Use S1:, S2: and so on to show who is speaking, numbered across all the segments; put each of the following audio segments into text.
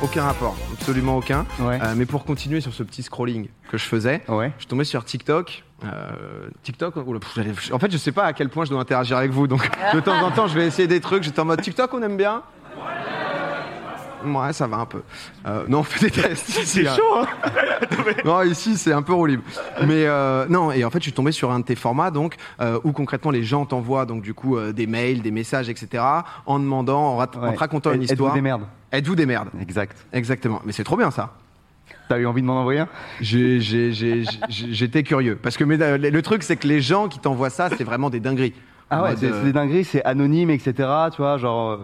S1: Aucun rapport, absolument aucun.
S2: Ouais.
S1: Euh, mais pour continuer sur ce petit scrolling que je faisais,
S2: Ouais.
S1: je suis tombé sur TikTok. Euh, TikTok, oula, pff, j'allais- en fait, je sais pas à quel point je dois interagir avec vous, donc de temps en temps, je vais essayer des trucs. J'étais en mode TikTok, on aime bien. Ouais, ça va un peu. Euh, non, on fait des tests. C'est chaud.
S2: hein.
S1: non, ici, c'est un peu roue libre. Mais euh, non, et en fait, je suis tombé sur un de tes formats, donc euh, où concrètement les gens t'envoient donc du coup euh, des mails, des messages, etc. En demandant, en, rat- en te racontant une
S2: Êtes- êtes-vous
S1: histoire.
S2: des merdes.
S1: Êtes-vous des merdes
S2: Exact.
S1: Exactement. Mais c'est trop bien ça.
S2: T'as eu envie de m'en envoyer un
S1: J'ai- j'ai- j'ai- j'ai- J'étais curieux. Parce que mais, euh, le truc, c'est que les gens qui t'envoient ça, c'est vraiment des dingueries. En
S2: Ah ouais,
S1: mode,
S2: c'est
S1: euh,
S2: c'est des dingueries, c'est anonyme, etc. Tu vois, genre, euh,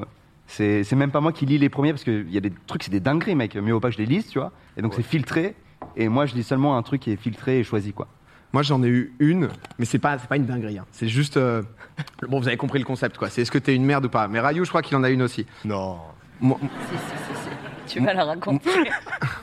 S2: c'est c'est même pas moi qui lis les premiers parce qu'il y a des trucs, c'est des dingueries, mec. Mieux vaut pas que je les lise, tu vois. Et donc c'est filtré. Et moi, je lis seulement un truc qui est filtré et choisi, quoi.
S1: Moi, j'en ai eu une, mais c'est pas, c'est pas une dinguerie. hein. C'est juste. euh, Bon, vous avez compris le concept, quoi. C'est est-ce que t'es une merde ou pas Mais Rayou, je crois qu'il en a une aussi.
S3: Non.
S1: Moi-
S4: Si, si, si, si. Tu vas la raconter.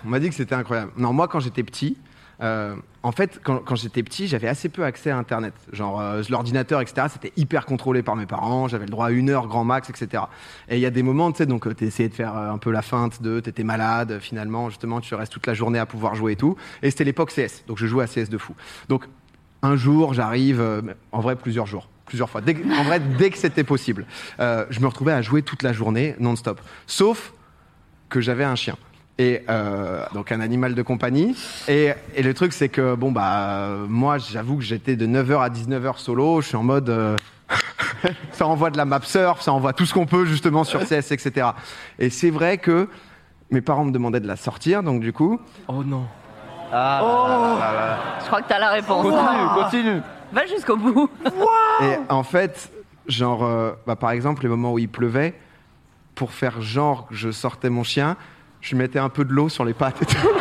S1: on m'a dit que c'était incroyable. Non, moi, quand j'étais petit. euh, en fait, quand, quand j'étais petit, j'avais assez peu accès à Internet. Genre, euh, l'ordinateur, etc., c'était hyper contrôlé par mes parents. J'avais le droit à une heure, grand max, etc. Et il y a des moments, tu sais, donc, euh, t'essayais de faire euh, un peu la feinte de t'étais malade, euh, finalement, justement, tu restes toute la journée à pouvoir jouer et tout. Et c'était l'époque CS. Donc, je jouais à CS de fou. Donc, un jour, j'arrive, euh, en vrai, plusieurs jours, plusieurs fois. Dès que- en vrai, dès que c'était possible, euh, je me retrouvais à jouer toute la journée, non-stop. Sauf que j'avais un chien. Et euh, donc un animal de compagnie. Et, et le truc, c'est que, bon, bah, euh, moi, j'avoue que j'étais de 9h à 19h solo. Je suis en mode. euh, ça envoie de la map surf, ça envoie tout ce qu'on peut, justement, sur CS, etc. Et c'est vrai que mes parents me demandaient de la sortir, donc du coup.
S3: Oh non.
S2: Ah,
S4: Je crois que t'as la réponse.
S2: continue, continue.
S4: Va jusqu'au bout.
S1: Et en fait, genre, euh, bah, par exemple, les moments où il pleuvait, pour faire genre que je sortais mon chien, je lui mettais un peu de l'eau sur les pattes et tout.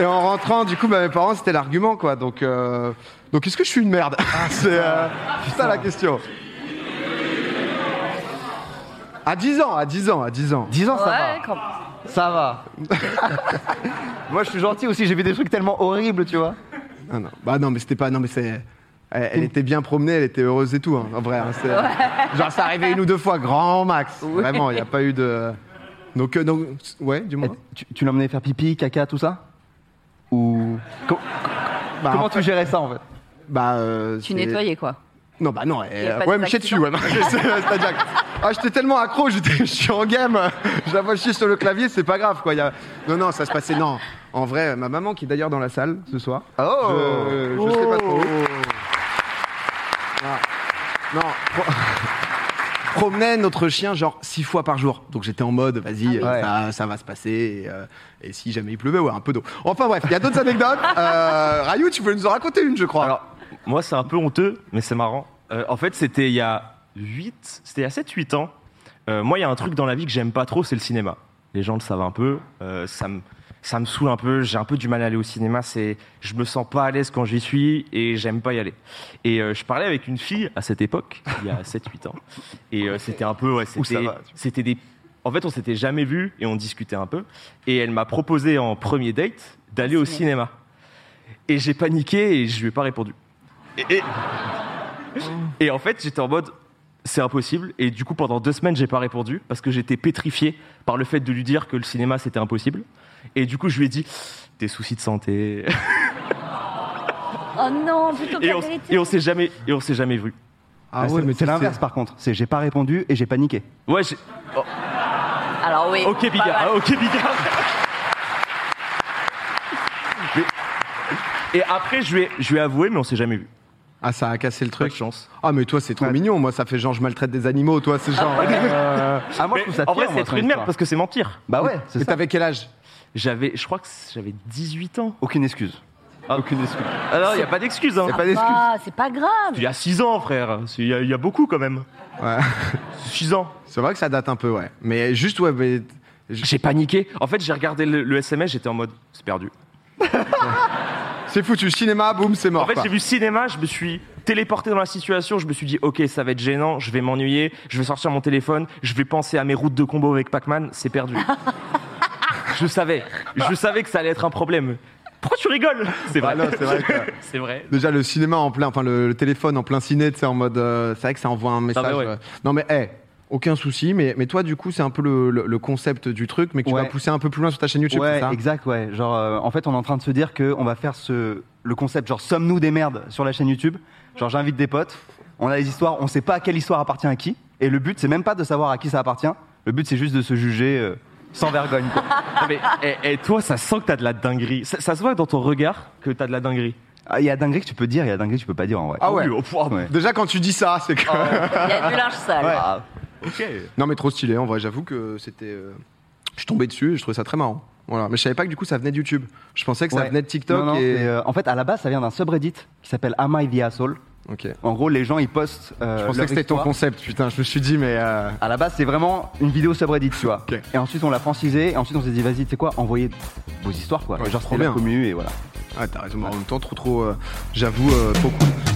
S1: Et en rentrant, du coup, bah, mes parents, c'était l'argument, quoi. Donc, euh, donc est-ce que je suis une merde C'est euh, c'est ça la question. À 10 ans, à 10 ans, à 10 ans.
S2: 10 ans, ça va.
S4: Ouais, quand-
S2: Ça va. moi, je suis gentil aussi, j'ai vu des trucs tellement horribles, tu vois.
S1: Non, non. Bah non, mais c'était pas. Non, mais c'est. Elle, elle était bien promenée, elle était heureuse et tout, hein, en vrai. hein, c'est- Genre, ça arrivait une ou deux fois, grand max. Vraiment, il n'y a pas eu de. Donc, euh, donc, ouais, du moins.
S2: Tu, tu l'emmenais faire pipi, caca, tout ça Ou. co-
S1: Bah,
S2: comment
S1: en
S2: tu gérais ça, en fait
S1: Bah, euh,
S4: tu
S1: c'est-
S4: nettoyais quoi.
S1: Non, bah non.
S4: y a
S1: Elle...
S4: pas de
S1: Ouais, me chier dessus, ouais.
S4: accident.
S1: bah, c'est- c'est-à-dire que- Ah, j'étais tellement accro, j'étais- je suis en game. euh, Je la vois chier sur le clavier, c'est pas grave, quoi. il y a- Non, non, ça se passait. Non. En vrai, ma maman, qui est d'ailleurs dans la salle ce soir.
S2: Oh
S1: Je, je sais pas trop. Oh. Ah. Non. pro- Promenait notre chien genre six fois par jour. Donc j'étais en mode, vas-y,
S2: Ah oui.
S1: ça, ça va se passer. Et, euh, et si jamais il pleuvait, ouais, un peu d'eau. Enfin bref, il y a d'autres anecdotes. Euh, Rayou, tu peux nous en raconter une, je crois.
S3: Alors, moi, c'est un peu honteux, mais c'est marrant. Euh, en fait, c'était il y a 8, c'était il y a 7-8 ans. Euh, moi, il y a un truc dans la vie que j'aime pas trop, c'est le cinéma. Les gens le savent un peu. Euh, ça me ça me saoule un peu. J'ai un peu du mal à aller au cinéma. C'est, je me sens pas à l'aise quand j'y suis et j'aime pas y aller. Et euh, je parlais avec une fille à cette époque, il y a 7-8 ans. Et euh, c'était un peu, ouais,
S2: ça
S3: c'était,
S2: va, tu-
S3: c'était des. En fait, on s'était jamais vus et on discutait un peu. Et elle m'a proposé en premier date d'aller au
S4: Ciné.
S3: cinéma. Et j'ai paniqué et je lui ai pas répondu. Et, et- et en fait, j'étais en mode, c'est impossible. Et du coup, pendant deux semaines, j'ai pas répondu parce que j'étais pétrifié par le fait de lui dire que le cinéma c'était impossible. Et du coup, je lui ai dit, des soucis de santé.
S4: Oh non, plutôt que
S3: Et
S4: la
S3: on,
S4: vérité.
S3: et on s'est jamais, et on s'est jamais vu.
S1: Ah
S2: Ah
S1: ouais, mais
S2: c'est l'inverse, par contre. C'est j'ai pas répondu et j'ai paniqué.
S3: Ouais, j'ai-
S4: Alors oui.
S2: Bah
S3: ok
S4: pas
S3: Bigard,
S4: mal.
S3: hein, ok Bigard. Mais- et après, je lui ai, je lui ai avoué, mais on s'est jamais vu.
S1: Ah, ça a cassé le
S3: Pas de
S1: truc.
S3: chance.
S1: Ah, mais toi, c'est trop
S2: Ouais. bah
S1: mignon. Moi, ça fait genre, je maltraite des animaux. Toi, c'est genre.
S2: Ah, moi,
S3: Mais
S2: je trouve ça pire,
S3: en
S2: moi,
S3: vrai, c'est
S2: son
S3: être une merde
S2: histoire.
S3: parce que c'est mentir.
S2: Bah ouais, c'est
S1: mais
S2: ça.
S1: t'avais quel âge
S3: J'avais, je crois que j'avais 18 ans.
S2: Aucune excuse. Aucune excuse.
S3: Alors, il n'y a pas d'excuse. Hein.
S2: Y a pas d'excuse.
S4: Ah, c'est pas grave.
S3: Il y a 6 ans, frère. Il y, a- il y a beaucoup quand même.
S1: Ouais.
S3: 6 ans.
S1: C'est vrai que ça date un peu, ouais. Mais juste, ouais, mais.
S3: J'ai paniqué. En fait, j'ai regardé le, le SMS, j'étais en mode, c'est perdu.
S1: C'est foutu. Cinéma, boum, c'est mort.
S3: En fait,
S1: quoi.
S3: j'ai vu cinéma, je me suis téléporté dans la situation, je me suis dit, ok, ça va être gênant, je vais m'ennuyer, je vais sortir mon téléphone, je vais penser à mes routes de combo avec Pac-Man, c'est perdu. je savais. Je savais que ça allait être un problème. Pourquoi tu rigoles Ah C'est vrai.
S1: Bah non, c'est vrai que-
S3: c'est vrai.
S1: Déjà le cinéma en plein, enfin le, le téléphone en plein ciné, tu sais, en mode, euh, c'est vrai que ça envoie un message.
S3: mais ouais.
S1: euh, non mais, hey, aucun souci, mais, mais toi du coup c'est un peu le, le- le concept du truc, mais que
S2: Ouais.
S1: tu vas pousser un peu plus loin sur ta chaîne YouTube, c'est
S2: Ouais,
S1: ça
S2: exact, ouais. Genre, euh, en fait, on est en train de se dire qu'on va faire ce, le concept, genre, sommes-nous des merdes sur la chaîne YouTube. Genre, j'invite des potes, on a les histoires, on sait pas à quelle histoire appartient à qui. Et le but, c'est même pas de savoir à qui ça appartient. Le but, c'est juste de se juger euh, sans vergogne. quoi.
S3: Ah, mais, et, et toi, ça sent que t'as de la dinguerie. Ça, ça se voit dans ton regard que t'as de la dinguerie.
S2: Ah, Il y a dinguerie que tu peux dire, il y a dinguerie que tu peux pas dire en vrai.
S1: Ah ouais.
S3: Oui, oh, pouah,
S2: Ouais.
S1: Déjà quand tu dis ça, c'est que...
S4: Il y a du linge sale.
S2: Ah,
S3: Ok.
S1: Non mais trop stylé, en vrai, j'avoue que c'était... euh, Je suis tombé dessus et je trouvais ça très marrant. Voilà, mais je savais pas que du coup ça venait de YouTube. Je pensais que ça
S2: ouais.
S1: venait de TikTok
S2: Non, non,
S1: et...
S2: c'est, euh, en fait, à la base, ça vient d'un subreddit qui s'appelle Am I the Asshole.
S1: Ok.
S2: En gros, les gens, ils postent. euh,
S1: Je pensais
S2: leur
S1: que c'était ton
S2: histoire.
S1: concept, putain, je me suis dit mais... euh,
S2: À la base, c'est vraiment une vidéo subreddit, tu vois.
S1: Ok.
S2: Et ensuite, on l'a francisé. Et ensuite, on s'est dit, vas-y, tu sais quoi, envoyez vos histoires, quoi.
S1: Ouais,
S2: Genre,
S1: trop
S2: c'était la
S1: bien.
S2: commu et voilà.
S1: Ah t'as raison, mais en même temps trop trop... euh, J'avoue, euh, trop cool.